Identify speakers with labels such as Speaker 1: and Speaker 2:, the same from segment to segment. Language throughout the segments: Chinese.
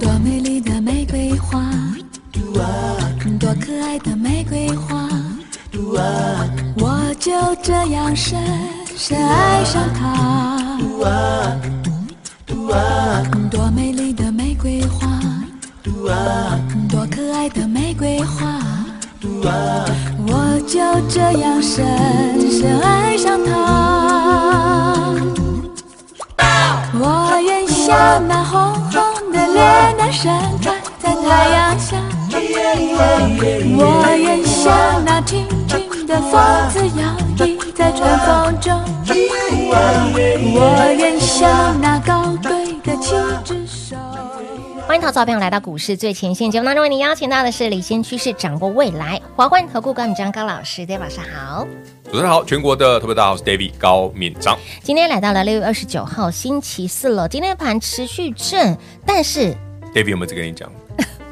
Speaker 1: 多美丽的玫瑰花，多可爱的玫瑰花，我就这样深深爱上它。多美丽的玫瑰花，多可爱的玫瑰花，我就这样深深爱上它。我愿像那红红的脸蛋盛开在太阳下，我愿像那轻轻的风子摇曳在春风中，我愿像那高贵的七只手。
Speaker 2: 欢迎投资者朋友来到股市最前线节目当中，为您邀请到的是领先趋势、掌握未来华冠投顾高敏章高老师，大家晚上好。
Speaker 3: 主持人好，全国的特别大家好，我是 David 高敏章。
Speaker 2: 今天来到了六月二十九号星期四了，今天盘持续震，但是
Speaker 3: David 有没有在跟你讲？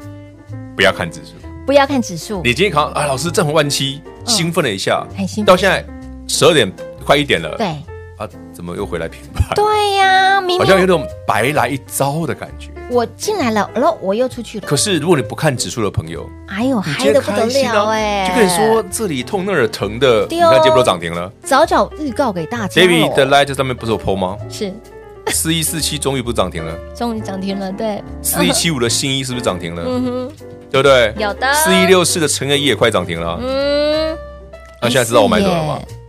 Speaker 3: 不要看指数，
Speaker 2: 不要看指数，
Speaker 3: 你今天看到啊，老师正红万七，兴奋了一下，
Speaker 2: 很兴奋
Speaker 3: 到现在十二点快一点了，
Speaker 2: 对
Speaker 3: 啊，怎么又回来平盘？
Speaker 2: 对呀、明
Speaker 3: 好像有
Speaker 2: 明
Speaker 3: 种白来一遭的感觉。
Speaker 2: 我进来了，然后我又出去了，
Speaker 3: 可是如果你不看指数的朋友，
Speaker 2: 哎呦，
Speaker 3: 你
Speaker 2: 嗨
Speaker 3: 今天
Speaker 2: 的不得
Speaker 3: 开心啊
Speaker 2: 了哎、
Speaker 3: 就跟你说这里痛那儿疼的，你
Speaker 2: 对哦
Speaker 3: 看接不都涨停了。
Speaker 2: 早早预告给大家了哦
Speaker 3: David 的 Light 上面不是有 PO 吗？
Speaker 2: 是
Speaker 3: 四一四七终于不涨停了，
Speaker 2: 终于涨停了，对，
Speaker 3: 四一七五的新一是不是涨停了？
Speaker 2: 嗯哼，
Speaker 3: 对不对？
Speaker 2: 有的
Speaker 3: 四一六四的乘以也快涨停了啊，
Speaker 2: 嗯，
Speaker 3: 那啊现在知道我买什么了吗
Speaker 2: 哎？是耶？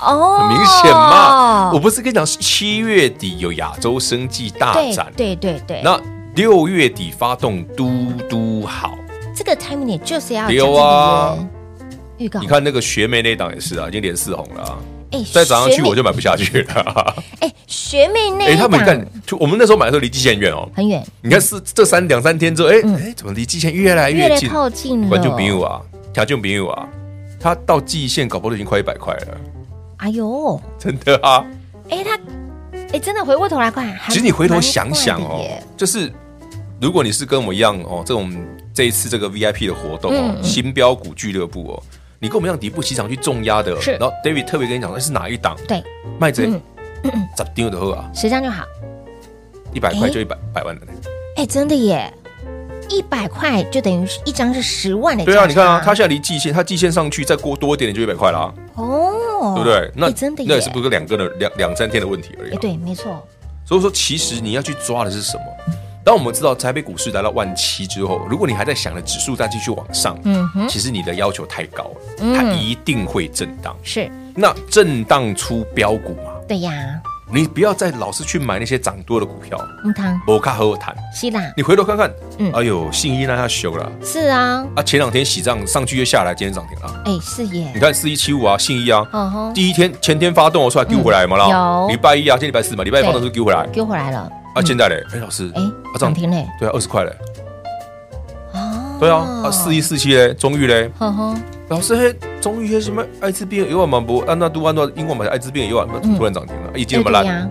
Speaker 2: 哦，
Speaker 3: 很明显嘛，我不是跟你讲七月底有亚洲生技大
Speaker 2: 对
Speaker 3: 展，
Speaker 2: 对对对，
Speaker 3: 那六月底发动嘟嘟好，
Speaker 2: 这个 timing 也就是要
Speaker 3: 对
Speaker 2: 讲这
Speaker 3: 啊
Speaker 2: 个预告，
Speaker 3: 你看那个学妹那档也是啊，已经连四红了啊，
Speaker 2: 哎，
Speaker 3: 再涨上
Speaker 2: 学
Speaker 3: 去
Speaker 2: 妹
Speaker 3: 我就买不下去了啊。
Speaker 2: 哎，学妹那
Speaker 3: 哎，
Speaker 2: 一
Speaker 3: 他
Speaker 2: 档
Speaker 3: 们看，就我们那时候买的时候离极限很远哦，
Speaker 2: 很远，
Speaker 3: 你看是这三两三天之后，哎哎，怎么离极限越来
Speaker 2: 嗯越
Speaker 3: 越
Speaker 2: 来
Speaker 3: 近？
Speaker 2: 靠近了，
Speaker 3: 观众朋友啊，听众朋友啊，它到极限搞不好都已经快一百块了，
Speaker 2: 哎呦，
Speaker 3: 真的啊。
Speaker 2: 哎他，哎真的回过头来看，还
Speaker 3: 其实你回头想想
Speaker 2: 蛮快
Speaker 3: 哦
Speaker 2: 的耶，
Speaker 3: 就是如果你是跟我一样哦，这种这一次这个 VIP 的活动哦
Speaker 2: 嗯，嗯
Speaker 3: 新标股俱乐部哦，你跟我们一样底部起涨去重压的，
Speaker 2: 是
Speaker 3: 然后 David 特别跟你讲，哎那是哪一档？
Speaker 2: 对，
Speaker 3: 卖这
Speaker 2: 嗯
Speaker 3: 咋丢的后啊？
Speaker 2: 十张就好，
Speaker 3: 一百块
Speaker 2: 诶
Speaker 3: 就一百百万的呢。
Speaker 2: 哎真的耶，一百块就等于是一张是十万的价差，
Speaker 3: 对啊，你看啊，它现在离季线，它季线上去再过多一点点就一百块啦，
Speaker 2: 哦，
Speaker 3: 对不对？那
Speaker 2: 哎真的耶，
Speaker 3: 那也是不是两个的两两三天的问题而已
Speaker 2: 哎
Speaker 3: 啊。
Speaker 2: 对，没错，
Speaker 3: 所以说，其实你要去抓的是什么？当我们知道台北股市来到万七之后，如果你还在想着指数再继续往上，
Speaker 2: 嗯哼
Speaker 3: 其实你的要求太高了，
Speaker 2: 嗯
Speaker 3: 它一定会震荡。
Speaker 2: 是
Speaker 3: 那震荡出标股嘛，
Speaker 2: 对呀，
Speaker 3: 你不要再老是去买那些涨多的股票，
Speaker 2: 木汤
Speaker 3: 摩卡和我谈。
Speaker 2: 希腊
Speaker 3: 你回头看看，
Speaker 2: 嗯
Speaker 3: 哎呦，信一那下修了
Speaker 2: 是啊，
Speaker 3: 啊，前两天喜涨上去又下来，今天涨停了。
Speaker 2: 哎是耶
Speaker 3: 你，看四一七五啊，信一啊，
Speaker 2: 嗯哼，
Speaker 3: 第一天前天发动我出来丢回来有没有啦？
Speaker 2: 嗯有
Speaker 3: 礼拜一啊，今天礼拜四嘛，礼拜一
Speaker 2: 对
Speaker 3: 发动是丢回来
Speaker 2: 丢回来了，
Speaker 3: 啊，现在嘞，哎老师，
Speaker 2: 哎
Speaker 3: 啊
Speaker 2: 涨停嘞，
Speaker 3: 对啊，二十块嘞。
Speaker 2: 哦，
Speaker 3: 对啊，啊四一四七嘞，中裕嘞，
Speaker 2: 呵呵，
Speaker 3: 老师嘿，中裕嘿什么艾滋病有啊嘛不？安娜都安娜英国买的艾滋病有啊，
Speaker 2: 嗯
Speaker 3: 突然涨停了，已经
Speaker 2: 对
Speaker 3: 那么
Speaker 2: 对
Speaker 3: 烂，
Speaker 2: 呀，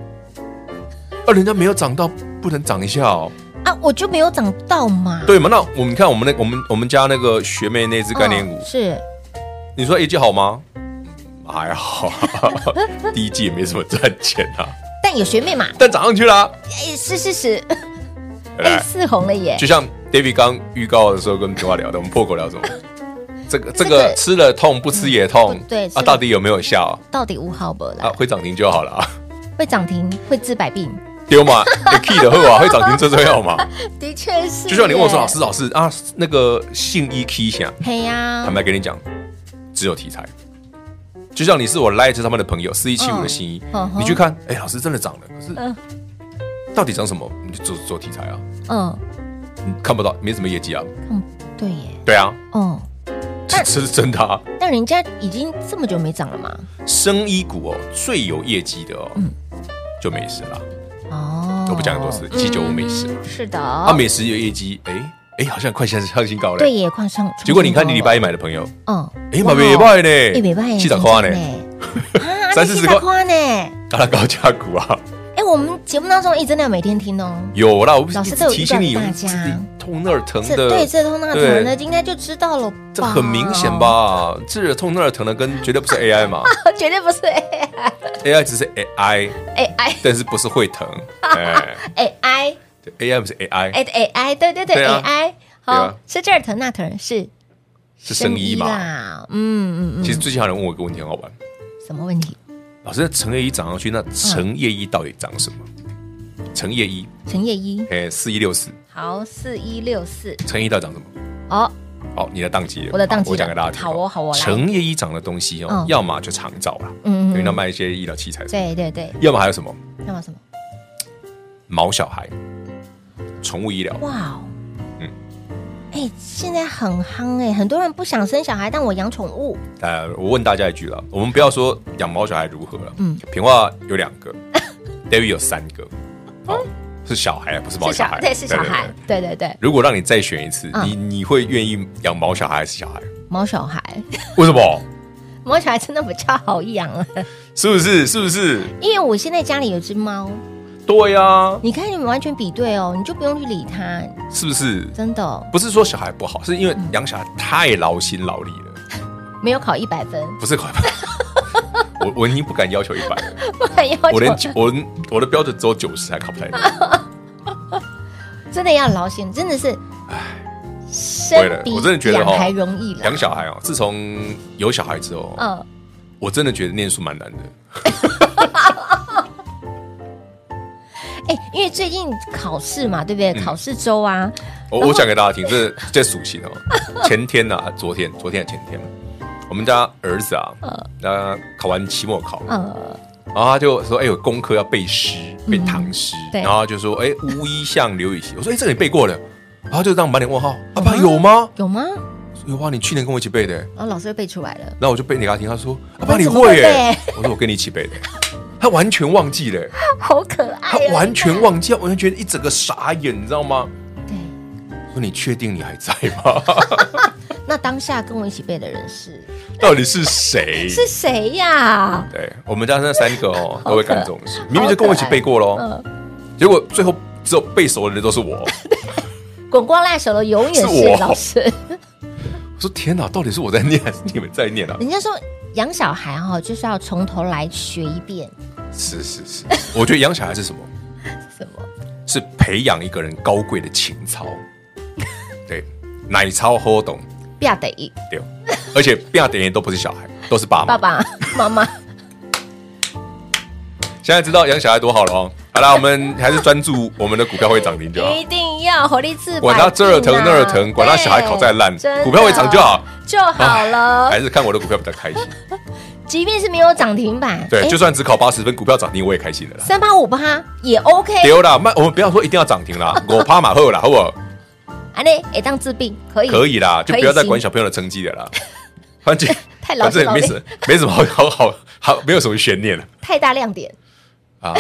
Speaker 3: 啊人家没有涨到不能涨一下哦，
Speaker 2: 啊，我就没有涨到嘛。
Speaker 3: 对嘛？那我们看我们那我们我们家那个学妹那只概念股
Speaker 2: 哦，是
Speaker 3: 你说业绩好吗？嗯还好 啊，第一季也没什么赚钱啊，
Speaker 2: 但有学妹嘛，
Speaker 3: 但涨上去啦，
Speaker 2: 哎，是是是，
Speaker 3: 对不
Speaker 2: 哎，
Speaker 3: 对？
Speaker 2: 四红了耶，
Speaker 3: 就像 David 刚预告的时候跟平华聊的，我们破口聊什么？这个这
Speaker 2: 这个
Speaker 3: 个吃了痛不吃也痛
Speaker 2: 不，对吃
Speaker 3: 啊，
Speaker 2: 了
Speaker 3: 到底有没有效
Speaker 2: 到底五好不
Speaker 3: 啊？
Speaker 2: 啦？
Speaker 3: 会涨停就好了啊。
Speaker 2: 会涨停，会治百病，
Speaker 3: 丢嘛，有 key 的后啊，会涨停最重要嘛。
Speaker 2: 的确是耶。
Speaker 3: 就像你问我说，老师老师啊，那个信一 key 下，
Speaker 2: 嘿呀
Speaker 3: 坦，白跟你讲，只有题材。就像你是我 Light 上面的朋友，四一七五
Speaker 2: 嗯
Speaker 3: 的信一
Speaker 2: 嗯，哼
Speaker 3: 你去看，哎，老师真的涨了，可
Speaker 2: 嗯
Speaker 3: 是到底涨什么？你就做做题材啊，
Speaker 2: 嗯，
Speaker 3: 你看不到，没什么业绩啊。
Speaker 2: 对耶，
Speaker 3: 对啊，
Speaker 2: 嗯，
Speaker 3: 这这是真的啊。
Speaker 2: 但人家已经这么久没涨了嘛，嗯
Speaker 3: 生医股哦，最有业绩的哦，就没事了。
Speaker 2: 哦，嗯
Speaker 3: 我不讲很多次，七九五美食，
Speaker 2: 是的，
Speaker 3: 啊，美食有业绩，哎哎，好像快下上新高了
Speaker 2: 对。耶，矿上。
Speaker 3: 结果你看你礼拜一买的朋友，
Speaker 2: 哦，
Speaker 3: 哎，嘛没卖呢，
Speaker 2: 哎，没办法，
Speaker 3: 七十块呢，
Speaker 2: 呢啊
Speaker 3: 三四十块
Speaker 2: 块呢。
Speaker 3: 啊，那高价股啊，
Speaker 2: 哎，我们节目当中一真的有每天听哦。
Speaker 3: 有啦，我不是
Speaker 2: 老
Speaker 3: 一
Speaker 2: 师
Speaker 3: 直
Speaker 2: 都有
Speaker 3: 提醒你，
Speaker 2: 预告给大
Speaker 3: 这
Speaker 2: 家
Speaker 3: 里痛那儿疼
Speaker 2: 这
Speaker 3: 的，
Speaker 2: 对这通那
Speaker 3: 对
Speaker 2: 可能应该就知道了吧？
Speaker 3: 这很明显？吧？这儿痛那儿疼的，跟绝对不是 AI 嘛
Speaker 2: 绝对不是哎 AI
Speaker 3: ，AI 只是 AI，
Speaker 2: AI
Speaker 3: 但是不是会疼，哎
Speaker 2: AI
Speaker 3: 对，AI 不是 AI，
Speaker 2: 哎 AI 对对对
Speaker 3: 对啊
Speaker 2: AI
Speaker 3: 对
Speaker 2: 好
Speaker 3: 啊
Speaker 2: 是这儿疼那疼是
Speaker 3: 是生医嘛？
Speaker 2: 啦？嗯嗯嗯，
Speaker 3: 其实最近还有人问我一个问题，很好玩，
Speaker 2: 什么问题？
Speaker 3: 老师，那成业一涨上去，那成业一到底涨什么？成业一，
Speaker 2: 陈叶一
Speaker 3: 哎，四一六四，
Speaker 2: 好四一六四
Speaker 3: 成业一到底涨什么？
Speaker 2: 哦，
Speaker 3: 好，你的宕机了，
Speaker 2: 我的宕机了
Speaker 3: 好我讲给大家听。
Speaker 2: 好哦好哦来
Speaker 3: 成业一涨的东西哦
Speaker 2: 嗯，
Speaker 3: 要么就长照啦，
Speaker 2: 嗯嗯嗯
Speaker 3: 因为他卖一些医疗器材什么，
Speaker 2: 对对对，
Speaker 3: 要么还有什么
Speaker 2: 那么什么？
Speaker 3: 毛小孩、宠物医疗，
Speaker 2: 哇哦，
Speaker 3: 嗯
Speaker 2: 哎，现在很夯哎，很多人不想生小孩，但我养宠物，
Speaker 3: 呃，我问大家一句了，我们不要说养毛小孩如何了，
Speaker 2: 嗯
Speaker 3: 嗯，平话有两个 ，David 有三个，哦，是小孩，不是毛
Speaker 2: 嗯是
Speaker 3: 小
Speaker 2: 小
Speaker 3: 孩，
Speaker 2: 对是小孩
Speaker 3: 对。，
Speaker 2: 对对对，
Speaker 3: 如果让你再选一次，
Speaker 2: 嗯
Speaker 3: 你你会愿意养毛小孩还是小孩？
Speaker 2: 猫小孩，
Speaker 3: 为什么？
Speaker 2: 猫小孩真的比较好养啊，
Speaker 3: 是不是？是不是？
Speaker 2: 因为我现在家里有只猫，
Speaker 3: 对呀，
Speaker 2: 你看你们完全比对哦，你就不用去理它，
Speaker 3: 是不是？
Speaker 2: 真的哦
Speaker 3: 不是说小孩不好，是因为养小孩太劳心劳力了，
Speaker 2: 没有考一百分，
Speaker 3: 不是快吧？我我已经不敢要求一百，
Speaker 2: 不然要
Speaker 3: 我连
Speaker 2: 求
Speaker 3: 我我的标准只有九十，还考不太到。
Speaker 2: 真的要劳心，真的是，
Speaker 3: 对
Speaker 2: 生
Speaker 3: 了
Speaker 2: 比
Speaker 3: 我真的觉得
Speaker 2: 养
Speaker 3: 哦
Speaker 2: 还容易了
Speaker 3: 养，小孩哦，自从有小孩之后，哦
Speaker 2: 嗯，
Speaker 3: 我真的觉得念书蛮难的。
Speaker 2: 哎，因为最近考试嘛，对不
Speaker 3: 嗯
Speaker 2: 对？考试周啊，
Speaker 3: 我我讲给大家听，这这属性哦。前天呐、昨天，昨天还前天，我们家儿子啊，他考完期末考，
Speaker 2: 呃，
Speaker 3: 然后他就说：“哎、有功课要背诗，背唐诗。
Speaker 2: 对
Speaker 3: 然后他就说：“哎、乌衣巷刘禹锡。”我说：“哎、这个你背过了。”然后就让我满脸问号：“阿爸有吗？
Speaker 2: 有吗？
Speaker 3: 有啊，你去年跟我一起背的。”
Speaker 2: 哦，老师又背出来了，
Speaker 3: 然后我就背给他听，他说：“阿
Speaker 2: 那
Speaker 3: 爸
Speaker 2: 你
Speaker 3: 你
Speaker 2: 怎么会
Speaker 3: 会
Speaker 2: 背
Speaker 3: 耶？”我说：“我跟你一起背的。”他完全忘记了耶，
Speaker 2: 好可爱
Speaker 3: 他
Speaker 2: 哦，
Speaker 3: 完全忘记，他完全觉得一整个傻眼，你知道吗？
Speaker 2: 对。
Speaker 3: 说你确定你还在吗？
Speaker 2: 那当下跟我一起背的人是
Speaker 3: 到底是谁？
Speaker 2: 是谁呀？
Speaker 3: 对我们家那三个 哦，都会干这种事，明明
Speaker 2: 好
Speaker 3: 就跟我一起
Speaker 2: 可爱
Speaker 3: 背过喽，
Speaker 2: 嗯，
Speaker 3: 结果最后只有背熟的人都是我。
Speaker 2: 滚瓜烂熟了，永远
Speaker 3: 是
Speaker 2: 是
Speaker 3: 我
Speaker 2: 老师。
Speaker 3: 我说天哪，到底是我在念还是你们在 念啊？
Speaker 2: 人家说养小孩哈、就是要从头来学一遍，
Speaker 3: 是是是，我觉得养小孩是什么？
Speaker 2: 什么？
Speaker 3: 是培养一个人高贵的情操，对，奶操喝懂
Speaker 2: 不要得
Speaker 3: 对，而且不要点人都不是小孩，都是爸
Speaker 2: 爸
Speaker 3: 妈。
Speaker 2: 爸 妈妈，
Speaker 3: 现在知道养小孩多好了哦。好啦，我们还是专注我们的股票会涨停就好。
Speaker 2: 一定要活力自百、啊，
Speaker 3: 管他这儿疼那儿疼管他小孩考再烂
Speaker 2: 哎对真的
Speaker 3: 股票会涨就好哎
Speaker 2: 就好了
Speaker 3: 还。是看我的股票比较开心。
Speaker 2: 即便是没有涨停板，哎
Speaker 3: 对，就算只考八十分，股票涨停我也开心的啦。
Speaker 2: 三八五八也 OK。
Speaker 3: 丢啦，慢，我们不要说一定要涨停 啦，我趴马后啦，好不好？
Speaker 2: 啊，那哎，当治病可以，
Speaker 3: 可以啦，就不要再管
Speaker 2: 小
Speaker 3: 小朋友的成绩了啦。反正
Speaker 2: 太老
Speaker 3: 反
Speaker 2: 实
Speaker 3: 正
Speaker 2: 老
Speaker 3: 没
Speaker 2: 练
Speaker 3: 什没什么好好好好，没有什么悬念了
Speaker 2: 太大亮点，
Speaker 3: 啊，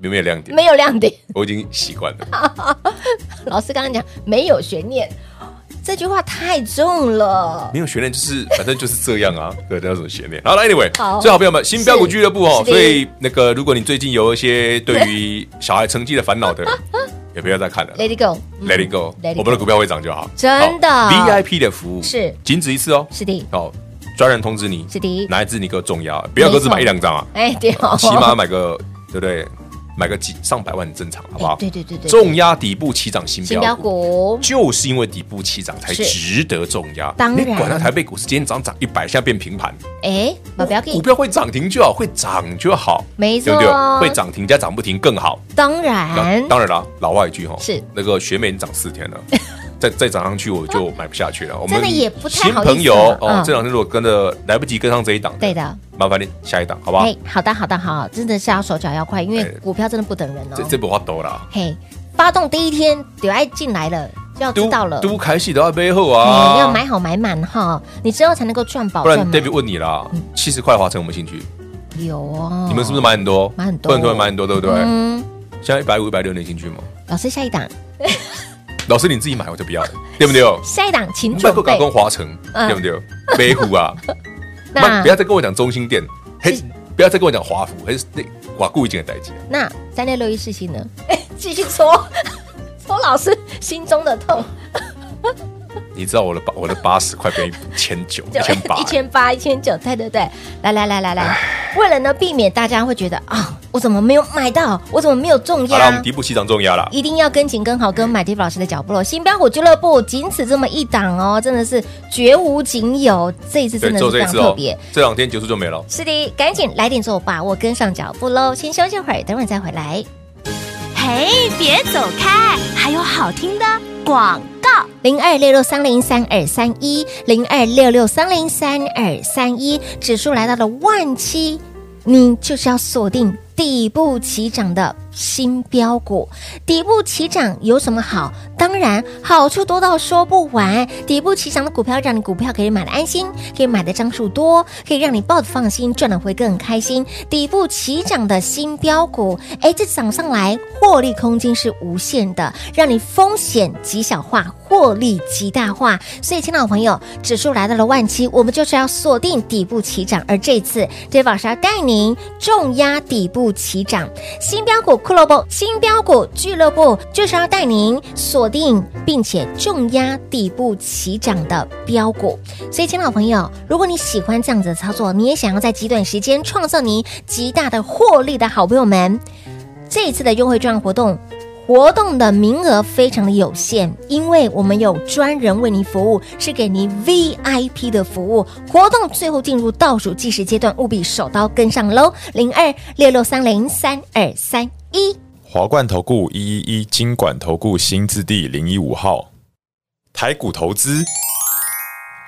Speaker 3: 有没有亮点？
Speaker 2: 没有亮点。
Speaker 3: 我已经习惯了。
Speaker 2: 老师刚刚讲没有悬念，这句话太重了。
Speaker 3: 没有悬念，就是反正就是这样啊， 对，没有什么悬念。好了，anyway，
Speaker 2: 好
Speaker 3: 所以好朋友们，新标股俱乐部哦，
Speaker 2: 是的
Speaker 3: 所以那个如果你最近有一些对于小孩成绩的烦恼的，也不要再看了。
Speaker 2: Let it go，嗯
Speaker 3: Let it go，
Speaker 2: Let it
Speaker 3: 我们的股票会涨就好。
Speaker 2: 真的
Speaker 3: 好 VIP 的服务
Speaker 2: 是
Speaker 3: 仅此一次哦。
Speaker 2: 是的，
Speaker 3: 好，专人通知你，
Speaker 2: 是的
Speaker 3: 哪一支你给我重要，啊不要各自买一两张啊，
Speaker 2: 哎，对哦，
Speaker 3: 起码买个对不对？买个几上百万很正常，好不好
Speaker 2: 哎？对对对对对
Speaker 3: 重压底部起涨新
Speaker 2: 新
Speaker 3: 标
Speaker 2: 标
Speaker 3: 股。
Speaker 2: 股
Speaker 3: 就是因为底部起涨才
Speaker 2: 是
Speaker 3: 值得重压，
Speaker 2: 当然
Speaker 3: 你管它台北股市今天涨涨一百，现在变平盘，
Speaker 2: 哎，保镖给
Speaker 3: 哦股票会涨停就好，会涨就好，
Speaker 2: 没错
Speaker 3: 对不对？会涨停加涨不停更好。
Speaker 2: 当
Speaker 3: 那
Speaker 2: 然
Speaker 3: 当然啦，老外一句哈，
Speaker 2: 是
Speaker 3: 那个学妹你涨四 天了，再再涨上去我就买不下去了。我
Speaker 2: 真的也不太
Speaker 3: 新
Speaker 2: 好意思
Speaker 3: 朋友
Speaker 2: 了
Speaker 3: 哦
Speaker 2: 嗯，
Speaker 3: 这两天如果跟着来不及跟上这一档，
Speaker 2: 对的，
Speaker 3: 麻烦你下一档好不好
Speaker 2: 哎？，好的好的好，真的是要手脚要快，因为
Speaker 3: 哎
Speaker 2: 股票真的不等人
Speaker 3: 这
Speaker 2: 哦。
Speaker 3: 这不话多啦，
Speaker 2: 嘿，发动第一天有爱进来了，就要知道了，
Speaker 3: 都开始都要背后
Speaker 2: 哎，
Speaker 3: 啊，
Speaker 2: 要买好买满哈，你之后才能够赚饱
Speaker 3: 不然
Speaker 2: 赚
Speaker 3: David
Speaker 2: 满。
Speaker 3: 问你啦，
Speaker 2: 嗯
Speaker 3: 七十块华晨有没有兴趣？
Speaker 2: 有哦，
Speaker 3: 你们是不是买很多？
Speaker 2: 买很多
Speaker 3: 不然都会买很多，对不对？
Speaker 2: 哦嗯，
Speaker 3: 现在一百五、一百六能进去吗？
Speaker 2: 老师下一档，
Speaker 3: 老师你自己买我就不要了，对不对？
Speaker 2: 下一档请
Speaker 3: 麦
Speaker 2: 准
Speaker 3: 克搞
Speaker 2: 备。
Speaker 3: 跟华城，
Speaker 2: 嗯
Speaker 3: 对不对？北虎啊，
Speaker 2: 那
Speaker 3: 不要再跟我讲中心店，嘿
Speaker 2: 是，
Speaker 3: 不要再跟我讲华府，还是那哇故意进的代际。
Speaker 2: 那三六六一四星呢？哎继续 戳戳老师心中的痛，
Speaker 3: 你知道我的八我的八十快变一千 九、一千八
Speaker 2: 一，千八、一千九，对对对，来来来来来，为了呢避免大家会觉得啊、我怎么没有买到，我怎么没有中
Speaker 3: 好了，我们
Speaker 2: 呀？
Speaker 3: 底部起涨重压了。
Speaker 2: 一定要跟紧、跟好、跟买 Dave 老师的脚步喽！新标股俱乐部仅此这么一档哦，真的是绝无仅有，这一次
Speaker 3: 对，
Speaker 2: 真的
Speaker 3: 只
Speaker 2: 是非
Speaker 3: 有这一
Speaker 2: 常
Speaker 3: 次
Speaker 2: 特
Speaker 3: 哦
Speaker 2: 别。，
Speaker 3: 这两天结束就没了。
Speaker 2: 是的，赶紧来点做把握，跟上脚步喽！先休息会儿，等会儿再回来。
Speaker 4: 嘿，别走开，还有好听的广告。
Speaker 2: 零二六六三零三二三一，零二六六三零三二三一，指数来到了万七，你就是要锁定底部起涨的新标股。底部起涨有什么好？当然好处多到说不完。底部起涨的股票，让你股票可以买的安心，可以买的张数多，可以让你抱的放心，赚的会更开心。底部起涨的新标股，哎，这涨上来获利空间是无限的，让你风险极小化，获利极大化。所以，亲爱的朋友，指数来到了万七，我们就是要锁定底部起涨，而这次 Dave 老师要带您重压底部起涨。新标股俱乐部、新标股俱乐部就是要带您锁定并且重压底部起涨的标股。所以，亲老朋友，如果你喜欢这样子的操作，你也想要在极短时间创造你极大的获利的好朋友们，这一次的优惠券活动。活动的名额非常的有限，因为我们有专人为您服务，是给您 VIP 的服务。活动最后进入倒数计时阶段，务必手刀跟上喽！零二六六三零三二三一。
Speaker 5: 华冠投顾一一一金管投顾新字第零一五号，台股投资，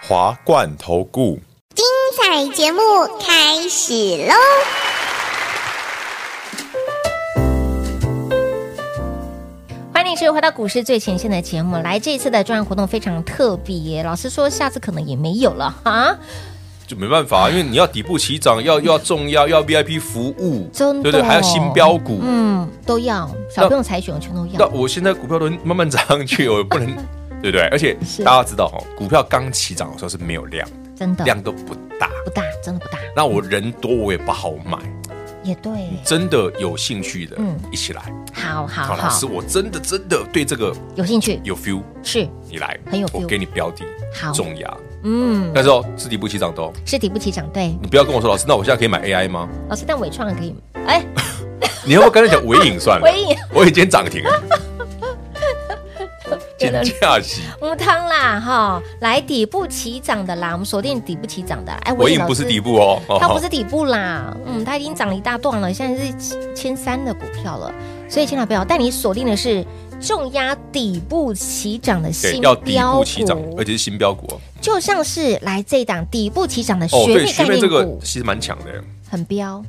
Speaker 5: 华冠投顾。
Speaker 6: 彩节目开始喽！
Speaker 2: 欢迎是回到股市最前线的节目。来，这一次的专案活动非常特别，老师说下次可能也没有了哈。
Speaker 3: 就没办法，因为你要底部起涨，要又要重要，又要 VIP 服务，
Speaker 2: 嗯真的
Speaker 3: 对不对？还要新标股。
Speaker 2: 嗯，都要，小朋友采选我全都
Speaker 3: 那
Speaker 2: 要。
Speaker 3: 我现在股嗯票都慢慢涨上去，我 不能，对不对？而且
Speaker 2: 是
Speaker 3: 大家知道哈，股票刚起涨的时候是没有量，
Speaker 2: 真的
Speaker 3: 量都不大。
Speaker 2: 不大，真的不大，
Speaker 3: 那我人多我也不好买，
Speaker 2: 也对。
Speaker 3: 真的有兴趣的
Speaker 2: 嗯，
Speaker 3: 一起来。
Speaker 2: 好好
Speaker 3: 嗯好，老
Speaker 2: 好
Speaker 3: 师，，我真的真的对这个
Speaker 2: 有兴趣
Speaker 3: 有 feel，
Speaker 2: 是，
Speaker 3: 你来，
Speaker 2: 很有 feel
Speaker 3: 我给你标的，
Speaker 2: 好
Speaker 3: 重压。
Speaker 2: 嗯，
Speaker 3: 但是哦，是底部起涨的哦，
Speaker 2: 是底部起涨，对。
Speaker 3: 你不要跟我说老师，那我现在可以买 AI 吗？
Speaker 2: 老师，但伟创可以吗？ 哎，
Speaker 3: 你要不要刚才讲尾影算了？
Speaker 2: 尾影，
Speaker 3: 尾影今天涨停啊 了，金价喜，
Speaker 2: 嗯，汤啦哈，来底部起涨的啦，我们锁定底部起涨的。哎，
Speaker 3: 尾影不是底
Speaker 2: 部，
Speaker 3: 部哦，
Speaker 2: 它不
Speaker 3: 哦
Speaker 2: 是底部啦，嗯，它已经涨了一大段了，现在是千三的股票了，所以千万不要。但你锁定的是重压底部起涨的
Speaker 3: 对，
Speaker 2: 新
Speaker 3: 哦要底
Speaker 2: 标
Speaker 3: 部起涨，而
Speaker 2: 股，
Speaker 3: 且是新标股哦。
Speaker 2: 就像是来这一档底部起涨的
Speaker 3: 哦，
Speaker 2: 学
Speaker 3: 对，
Speaker 2: 妹
Speaker 3: 学
Speaker 2: 概
Speaker 3: 妹
Speaker 2: 念
Speaker 3: 这个
Speaker 2: 股，
Speaker 3: 其实蛮强的，
Speaker 2: 很标，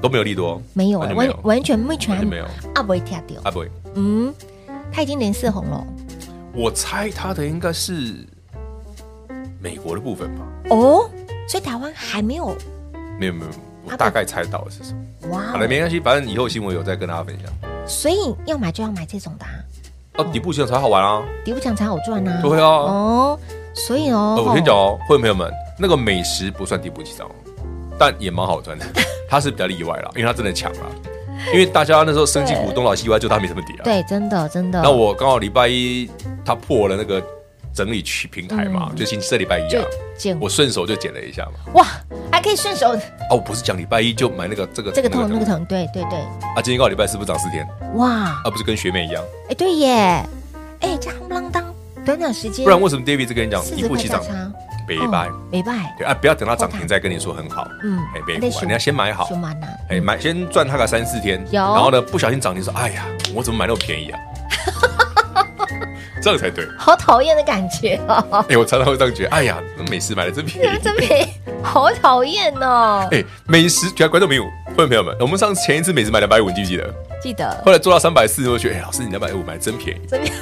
Speaker 3: 都没有利多，哦
Speaker 2: 没有
Speaker 3: 完
Speaker 2: 哎，
Speaker 3: 全没
Speaker 2: 完
Speaker 3: 有，
Speaker 2: 完全没全
Speaker 3: 完全没有
Speaker 2: 啊，不会跳掉，
Speaker 3: 啊不会，
Speaker 2: 嗯，它已经连四红了
Speaker 3: 我猜它的应该是美国的部分吧？
Speaker 2: 哦，所以台湾还没有
Speaker 3: 没有没有，我
Speaker 2: 啊
Speaker 3: 大概猜到是什么。
Speaker 2: 哇哦
Speaker 3: 好了，没关系，反正以后新闻有再跟大家分享。
Speaker 2: 所以要买就要买这种的、啊，
Speaker 3: 哦，底部起涨才好玩啊！
Speaker 2: 底部强才好赚呐、啊。
Speaker 3: 对啊
Speaker 2: 哦，所以哦，
Speaker 3: 呃，我先讲哦，会员朋友们，那个美食不算底部起涨哦，但也蛮好赚 的。它是比较例外啦，因为它真的强啦。因为大家那时候升级股东老西歪，就它没什么底啊。。
Speaker 2: 对，真的真的。
Speaker 3: 那我刚好礼拜一它破了那个整理区平台嘛，
Speaker 2: 嗯
Speaker 3: 就星期这礼拜一
Speaker 2: 就嗯
Speaker 3: 啊，
Speaker 2: 捡
Speaker 3: 我顺手就捡了一下嘛。
Speaker 2: 哇，还可以顺手
Speaker 3: 哦，我不是讲礼拜一就买那个这个
Speaker 2: 这个
Speaker 3: 的
Speaker 2: 桶那个桶，对对对，
Speaker 3: 啊，今天刚好礼拜四不是涨四天，
Speaker 2: 哇，
Speaker 3: 啊，不是跟学妹一样，
Speaker 2: 哎对耶，哎这样不啷当，短短时间，
Speaker 3: 不然为什么 David 一直跟你讲
Speaker 2: 四
Speaker 3: 底
Speaker 2: 十
Speaker 3: 部
Speaker 2: 块哦
Speaker 3: 起
Speaker 2: 价
Speaker 3: 涨
Speaker 2: 差，
Speaker 3: 北
Speaker 2: 哦
Speaker 3: 拜？
Speaker 2: 没败，
Speaker 3: 对啊，不要等它涨停再跟你说很好，
Speaker 2: 嗯
Speaker 3: 哎，别
Speaker 2: 那
Speaker 3: 管，
Speaker 2: 熊
Speaker 3: 你要先买好，
Speaker 2: 熊完呐，
Speaker 3: 哎，买先赚它个三四天，
Speaker 2: 有
Speaker 3: 然后呢，不小心涨停说，哎呀，我怎么买那么便宜啊？ 这样才对。
Speaker 2: 好讨厌的感觉 哦，
Speaker 3: 哎，我常常会这样觉得，哎呀，那美食买的真便 宜。
Speaker 2: 真没，好讨厌哦。
Speaker 3: 哎，美食，全观众朋友、会员朋友们，我们上次前一次美食买两百五，你记不记得？
Speaker 2: 记得
Speaker 3: 后来做到三百四，我就觉得，哎，老师，你两百五买得真便宜。
Speaker 2: 真便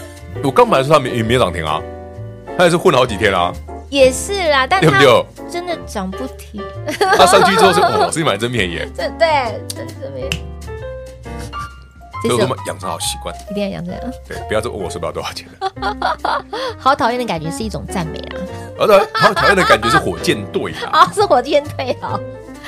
Speaker 3: 我刚买的时候它没也没有涨停啊，它也是混了好几天啊。
Speaker 2: 也是啦，但
Speaker 3: 对 不
Speaker 2: 它
Speaker 3: 对
Speaker 2: 真的涨不停，
Speaker 3: 它上去之后说，哦，老师你买的真便宜耶。
Speaker 2: 这对，真的没这
Speaker 3: 所以
Speaker 2: 是
Speaker 3: 我们养成好习惯，
Speaker 2: 一定要讲这样，
Speaker 3: 对，不要再哦问我手表多少钱了。
Speaker 2: 好讨厌的感觉是一种赞美啦。
Speaker 3: 而且他讨厌的感觉是火箭队啊！
Speaker 2: 啊，是火箭队哦。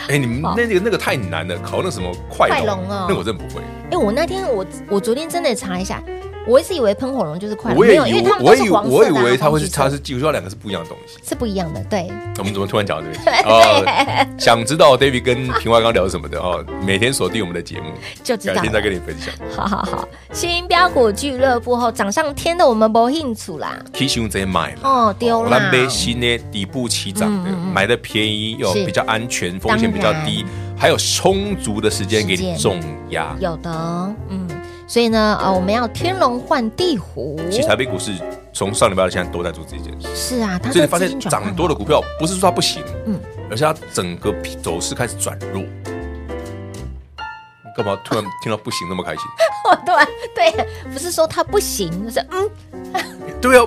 Speaker 3: 哎，你们那个那个太难了，考那什么快
Speaker 2: 快
Speaker 3: 龙
Speaker 2: 龙哦
Speaker 3: 那我真不会。
Speaker 2: 哎，我那天我我昨天真的查一下，我一直以为喷火龙就是快乐，
Speaker 3: 我也
Speaker 2: 没有，因为
Speaker 3: 以
Speaker 2: 他
Speaker 3: 为
Speaker 2: 们
Speaker 3: 我
Speaker 2: 都
Speaker 3: 以
Speaker 2: 是
Speaker 3: 为
Speaker 2: 黄色
Speaker 3: 我以
Speaker 2: 的啊
Speaker 3: 为它会
Speaker 2: 黄
Speaker 3: 是
Speaker 2: 橘色
Speaker 3: 它是技术上两个是不一样的东西。
Speaker 2: 是不一样的，对，
Speaker 3: 我们怎么突然讲到这 边去？哦，想知道 David 跟平花刚聊什么的哦，每天锁定我们的节目，
Speaker 2: 就 知道
Speaker 3: 改
Speaker 2: 了
Speaker 3: 天再跟你分享。
Speaker 2: 好好好，新标股俱乐部后涨上天的我们不兴趣啦，
Speaker 3: K 熊在买了，
Speaker 2: 哦丢
Speaker 3: 咱
Speaker 2: 啦，嗯
Speaker 3: 买新的底部起涨的，买的便宜又
Speaker 2: 是
Speaker 3: 比较安全，风险比
Speaker 2: 当
Speaker 3: 较
Speaker 2: 然
Speaker 3: 低，还有充足的时间给
Speaker 2: 时
Speaker 3: 你
Speaker 2: 间
Speaker 3: 重压。
Speaker 2: 有的哦，嗯，所以呢，呃，我们要天龙换地虎，
Speaker 3: 其实台北股市从上礼拜到现在都在做这件事，
Speaker 2: 是啊，它
Speaker 3: 所
Speaker 2: 的
Speaker 3: 以你发
Speaker 2: 资
Speaker 3: 现
Speaker 2: 金转换
Speaker 3: 涨多的股票不是说它不行，
Speaker 2: 嗯
Speaker 3: 嗯，而是它整个走势开始转弱。干嘛突然听到不行那么开心？
Speaker 2: 哦，对对，不是说它不行，就是 嗯，
Speaker 3: 对啊，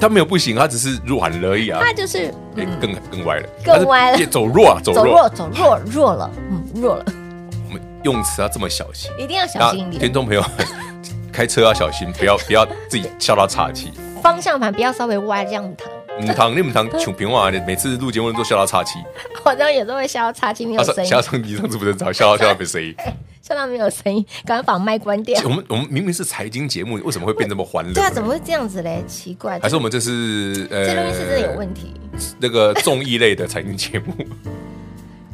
Speaker 3: 他没有不行，他只是弱喊而已啊。
Speaker 2: 它就是
Speaker 3: 哎更
Speaker 2: 嗯
Speaker 3: 更歪了，
Speaker 2: 更歪了
Speaker 3: 他是也走弱 啊，走
Speaker 2: 走
Speaker 3: 弱
Speaker 2: 弱。走弱弱了，嗯，弱了，
Speaker 3: 我们用词要这么小心，
Speaker 2: 一定要小心一
Speaker 3: 听
Speaker 2: 点，
Speaker 3: 众朋友开车要小心，不要不要自己笑到岔气。
Speaker 2: 方向盘不要稍微歪这样躺。
Speaker 3: 你堂你们堂穷平话，啊你每次录节目都笑到岔气，
Speaker 2: 我这样有时候会笑到岔气，没有
Speaker 3: 啊上
Speaker 2: 声音
Speaker 3: 笑，上你上次不正常，笑到笑到没声音。
Speaker 2: 笑到没有声音，赶快把麦关掉
Speaker 3: 我。们我们明明是财经节目，为什么会变这么欢乐？
Speaker 2: 对啊，怎么会这样子嘞？奇怪，
Speaker 3: 还是我们这是呃
Speaker 2: 这录音室真的有问题，
Speaker 3: 那个综艺类的财经节 目？呃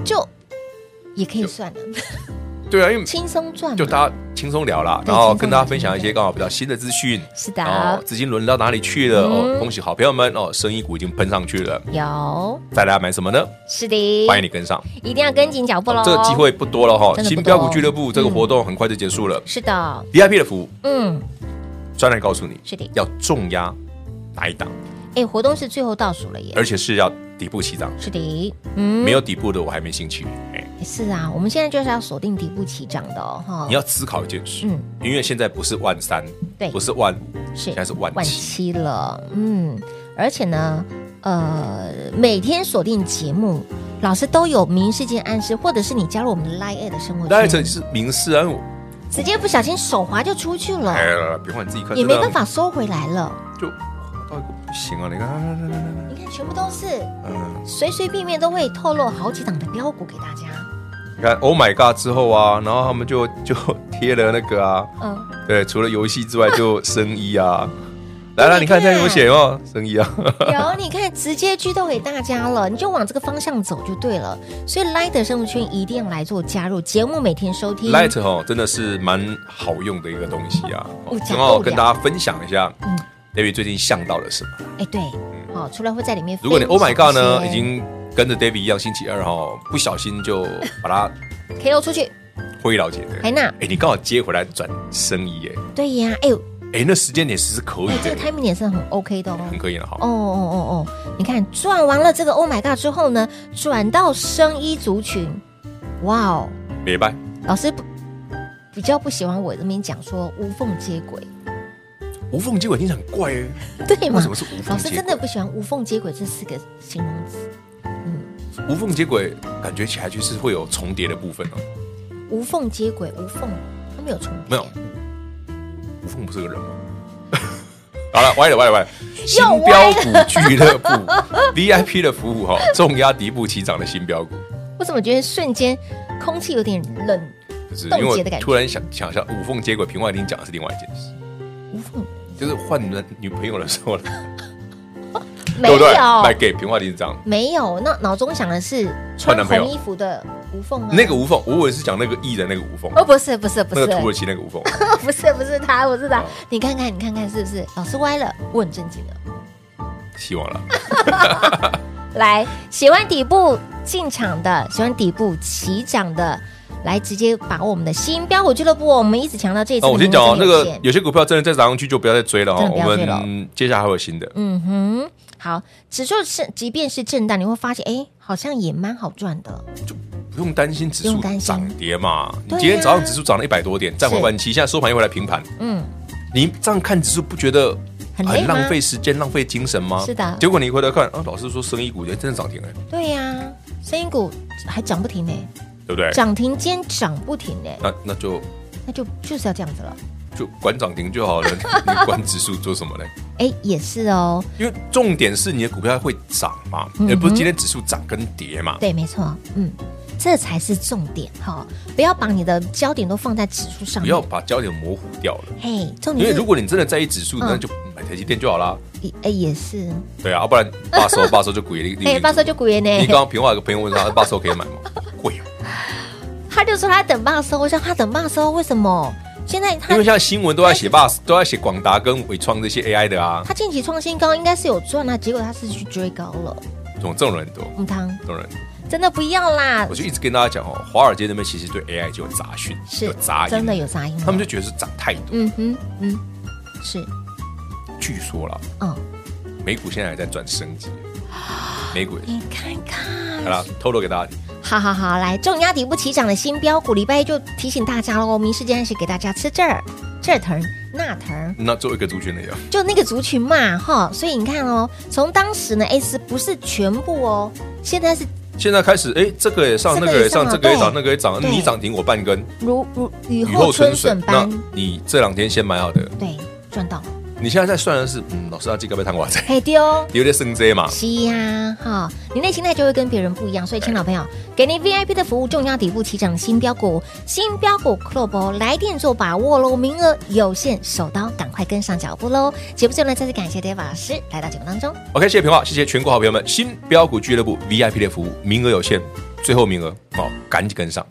Speaker 2: 就也可以算了，
Speaker 3: 对啊，因为
Speaker 2: 轻松赚嘛。
Speaker 3: 就大家轻松聊啦，
Speaker 2: 对
Speaker 3: 然后
Speaker 2: 轻松
Speaker 3: 跟大家分享一些刚好比较新的资讯。
Speaker 2: 是的
Speaker 3: 哦，资金轮到哪里去了？
Speaker 2: 嗯
Speaker 3: 哦，恭喜好朋友们哦，生意股已经喷上去了。
Speaker 2: 有
Speaker 3: 再来买什么呢？
Speaker 2: 是的，
Speaker 3: 欢迎你跟上，
Speaker 2: 一定要跟紧脚步喽。
Speaker 3: 这个机会不多了哈。
Speaker 2: 哎真的不多
Speaker 3: 新标股俱乐部这个活动很快就结束了
Speaker 2: 是的，
Speaker 3: ，VIP 的服务
Speaker 2: 嗯，
Speaker 3: 专栏告诉你，
Speaker 2: 是的
Speaker 3: 要重压哪一档，
Speaker 2: 哎，活动是最后倒数了耶。
Speaker 3: 而且是要底部起涨，
Speaker 2: 是的，嗯，
Speaker 3: 没有底部的我还没兴趣。哎，
Speaker 2: 是啊，我们现在就是要锁定底部起涨的哦，哈。
Speaker 3: 你要思考一件事
Speaker 2: 嗯，
Speaker 3: 因为现在不是万三
Speaker 2: 对，
Speaker 3: 不是万五，
Speaker 2: 是
Speaker 3: 现在是万
Speaker 2: 万
Speaker 3: 七。
Speaker 2: 七了，嗯，而且呢，呃，每天锁定节目，老师都有明世界暗示，或者是你加入我们的 Line 的生活
Speaker 3: 那
Speaker 2: 圈
Speaker 3: 这，是明示安，
Speaker 2: 直接不小心手滑就出去了，
Speaker 3: 哎呀，别管你自己看，
Speaker 2: 也
Speaker 3: 真
Speaker 2: 没
Speaker 3: 的
Speaker 2: 办法收回来了。
Speaker 3: 就到一个不行啊！你看，来来来来来，
Speaker 2: 你看，全部都是
Speaker 3: 嗯，
Speaker 2: 随随便便都会透露好几档的标股给大家，
Speaker 3: 你看 Oh my God 之后啊，然后他们就 就贴了那个啊，
Speaker 2: 嗯，
Speaker 3: 对，除了游戏之外就生 意啊。来了，你看现在有写哦，生意啊，
Speaker 2: 有你看直接剧透给大家了，你就往这个方向走就对了。所以 Line 的生活圈一定要来做加入，节目每天收听
Speaker 3: Light 哦，真的是蛮好用的一个东西啊
Speaker 2: 物，价
Speaker 3: 然后
Speaker 2: 够
Speaker 3: 跟
Speaker 2: 了
Speaker 3: 大家分享一下
Speaker 2: 嗯
Speaker 3: ，David 最近想到了什么？
Speaker 2: 哎，对，好、除了会在里面分
Speaker 3: 嗯如
Speaker 2: 享
Speaker 3: 果
Speaker 2: 这些，
Speaker 3: 你 Oh my God 呢，已经跟着 David 一样，星期二哈，不小心就把它
Speaker 2: K 露出去，
Speaker 3: 挥了解的，
Speaker 2: 哎那
Speaker 3: 哎，你刚好接回来转生意，哎，
Speaker 2: 对呀，哎呦，
Speaker 3: 哎，那时间点其实可以
Speaker 2: 哎，这个
Speaker 3: 的，
Speaker 2: timing 也是很 OK 的哦。
Speaker 3: 很可以了哈
Speaker 2: 哦。哦哦哦，你看转完了这个 Oh my God 之后呢，转到生衣族群，哇哦，
Speaker 3: 礼拜
Speaker 2: 老师不比较不喜欢我这边讲说无缝接轨，
Speaker 3: 无缝接轨听起来很怪哎，
Speaker 2: 对吗？
Speaker 3: 为什么是无
Speaker 2: 老
Speaker 3: 缝
Speaker 2: 师
Speaker 3: 接
Speaker 2: 真的
Speaker 3: 轨？
Speaker 2: 不喜欢无缝接轨这四个形容词，
Speaker 3: 无缝接轨感觉起来就是会有重叠的部分哦。
Speaker 2: 无缝接轨，无缝，它没有重叠，
Speaker 3: 没有，无缝不是个人吗？ 好了，歪了歪了歪了！新
Speaker 2: 又歪
Speaker 3: 标
Speaker 2: 了
Speaker 3: 股俱乐部 VIP 的服务哈，重压底部起涨的新标股，
Speaker 2: 我怎么觉得瞬间空气有点冷？
Speaker 3: 就是因
Speaker 2: 冻
Speaker 3: 为
Speaker 2: 结的感觉
Speaker 3: 我突然想想一下，无缝接轨，平话已经讲的是另外一件事，
Speaker 2: 无缝
Speaker 3: 就是换男女朋友的时 候了，
Speaker 2: 没
Speaker 3: 对不对？买
Speaker 2: 有。
Speaker 3: 给平话已经这样，
Speaker 2: 没有，那脑中想的是
Speaker 3: 换
Speaker 2: 穿
Speaker 3: 男朋友
Speaker 2: 红衣服的无缝啊，
Speaker 3: 那个无缝，我以为是讲那个艺人那个无缝，
Speaker 2: 哦，不是不是不
Speaker 3: 那
Speaker 2: 是，哦
Speaker 3: 个土耳其那个无缝，
Speaker 2: 不 是啊不是他，我是他
Speaker 3: 哦。
Speaker 2: 你看看，你看看，是不是？老师歪了，我很正经的。
Speaker 3: 希望了。
Speaker 2: 来，喜欢底部进场的，喜欢底部起涨的，来直接把握我们的新标股俱乐部。我们一直强调这一次
Speaker 3: 那
Speaker 2: 的
Speaker 3: 我
Speaker 2: 名额
Speaker 3: 先
Speaker 2: 真
Speaker 3: 讲
Speaker 2: 的
Speaker 3: 哦
Speaker 2: 有，限，
Speaker 3: 那个有些股票真的再涨上去就不要再追了哈
Speaker 2: 真，的不
Speaker 3: 我
Speaker 2: 要追了
Speaker 3: 们接下来还有新的。
Speaker 2: 嗯哼，好，指数是即便是震荡，你会发现，哎，好像也蛮好赚的。
Speaker 3: 不用担心指
Speaker 2: 不
Speaker 3: 数
Speaker 2: 用担心
Speaker 3: 涨跌嘛。你
Speaker 2: 对啊
Speaker 3: 今天早上指数涨了一百多
Speaker 2: 啊
Speaker 3: 点，站回万七，现在收盘又回来平盘。
Speaker 2: 嗯，
Speaker 3: 你这样看指数，不觉得啊
Speaker 2: 很累吗
Speaker 3: 浪费时间、浪费精神吗？
Speaker 2: 是的
Speaker 3: 结果你回头看，啊，老师说生意股哎真的涨停了，
Speaker 2: 对呀、声音股还涨不停呢、
Speaker 3: 哎对不对？
Speaker 2: 涨停兼涨不停呢、
Speaker 3: 那那就
Speaker 2: 那就就是要这样子了。
Speaker 3: 就管涨停就好 了，你管指数做什么呢？
Speaker 2: 哎，也是哦，
Speaker 3: 因为重点是你的股票会涨嘛，
Speaker 2: 嗯
Speaker 3: 也不是今天指数涨跟跌嘛。
Speaker 2: 对，没错，嗯，这才是重点哈、不要把你的焦点都放在指数上
Speaker 3: 不
Speaker 2: 面。
Speaker 3: 要把焦点模糊掉了，
Speaker 2: 嘿，重
Speaker 3: 因
Speaker 2: 点
Speaker 3: 为
Speaker 2: 是，
Speaker 3: 如果你真的在意指数，那
Speaker 2: 嗯
Speaker 3: 就买台积电就好啦。
Speaker 2: 哎也是，
Speaker 3: 对啊，要不然八 手八手就鬼了。
Speaker 2: 哎，八
Speaker 3: 手
Speaker 2: 叔就股员呢，
Speaker 3: 你刚刚平话有个朋友 问他，八手可以买吗？贵啊，
Speaker 2: 他就说他等霸收，我说他等霸收，为什么？现在他
Speaker 3: 因为现在新闻 都在写八，都在写广达跟伟创这些 AI 的啊，
Speaker 2: 他近期创新高应该是有赚啊，结果他是去追高了，
Speaker 3: 这种这种人很多，
Speaker 2: 嗯，汤
Speaker 3: 这种人很多。
Speaker 2: 真的不要啦
Speaker 3: 我，就一直跟大家讲哦，华尔街那边其实对 AI 就有杂讯，有
Speaker 2: 是
Speaker 3: 杂音，
Speaker 2: 真的有，杂音，
Speaker 3: 他们就觉得是涨太多。
Speaker 2: 嗯哼嗯，是
Speaker 3: 据说啦，
Speaker 2: 嗯，
Speaker 3: 美股现在还在转升级，美股也是
Speaker 2: 啊你看看
Speaker 3: 好，啦，透露给大家听。
Speaker 2: 好好好，来重压底不起涨的新标股，礼拜一就提醒大家喽，明时间是给大家吃这儿这儿疼那疼，
Speaker 3: 那做一个族群的有，
Speaker 2: 就那个族群嘛哈，所以你看哦，从当时呢 S 不是全部哦，现在是
Speaker 3: 现在开始，哎，这个也上，
Speaker 2: 这
Speaker 3: 那
Speaker 2: 个
Speaker 3: 个
Speaker 2: 也
Speaker 3: 也
Speaker 2: 上
Speaker 3: 上，这个也
Speaker 2: 对
Speaker 3: 涨，那个也涨，
Speaker 2: 对
Speaker 3: 你涨停我半根，
Speaker 2: 如如雨
Speaker 3: 雨
Speaker 2: 后
Speaker 3: 后
Speaker 2: 春
Speaker 3: 春笋
Speaker 2: 笋。
Speaker 3: 那
Speaker 2: 般，
Speaker 3: 你这两天先买好的，
Speaker 2: 对，赚到了，
Speaker 3: 你现在在算的是，嗯，老师要这个被谈瓜仔，
Speaker 2: 嘿丢。哦
Speaker 3: 有点升 J 嘛，
Speaker 2: 是呀，哈、你内心态就会跟别人不一样，所以，亲老朋友，给您 VIP 的服务，重要底部起涨新标股，新标股 Club 来电做把握喽，名额有限，手刀赶快跟上脚步喽！节目最后呢，再次感谢 David 老师来到节目当中，
Speaker 3: OK，谢谢平话，谢谢全国好朋友们，新标股俱乐部 VIP 的服务名额有限，最后名额哦，赶紧跟上。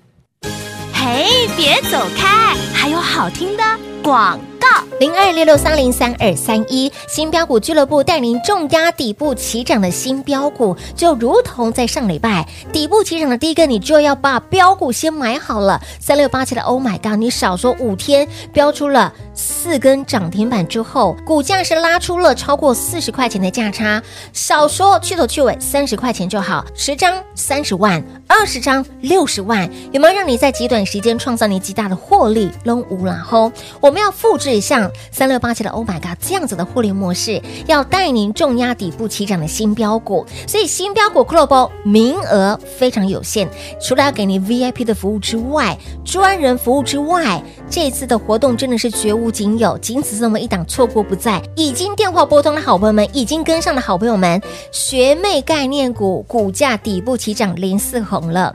Speaker 4: 嘿，别走开，还有好听的广告。
Speaker 2: 零二六六三零三二三一新标股俱乐部带您重压底部起涨的新标股，就如同在上礼拜底部起涨的第一个，你就要把标股先买好了。三六八七的 Oh my God，你少说五天标出了四根涨停板之后，股价是拉出了超过四十块钱的价差，少说去头去尾三十块钱就好，十张三十万，二十张六十万，有没有让你在极短时间创造你极大的获利？扔无然后我们要复制像三六八七的 Oh my God 这样子的获利模式，要带您重压底部起涨的新标股。所以新标股 Global 名额非常有限，除了要给您 VIP 的服务之外，专人服务之外，这次的活动真的是绝无仅有，仅此这么一档，错过不再。已经电话拨通的好朋友们，已经跟上的好朋友们，学妹概念股股价底部起涨零四红了。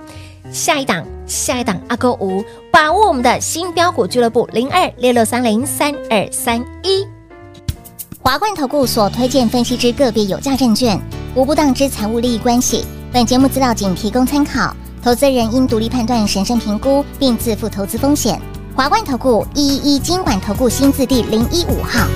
Speaker 2: 下一档，下一档，阿勾五，把握我们的新标股俱乐部零二六六三零三二三一。
Speaker 6: 华冠投顾所推荐分析之个别有价证券，无不当之财务利益关系。本节目资料仅提供参考，投资人应独立判断、审慎评估，并自负投资风险。华冠投顾一一一金管投顾新字第零一五号。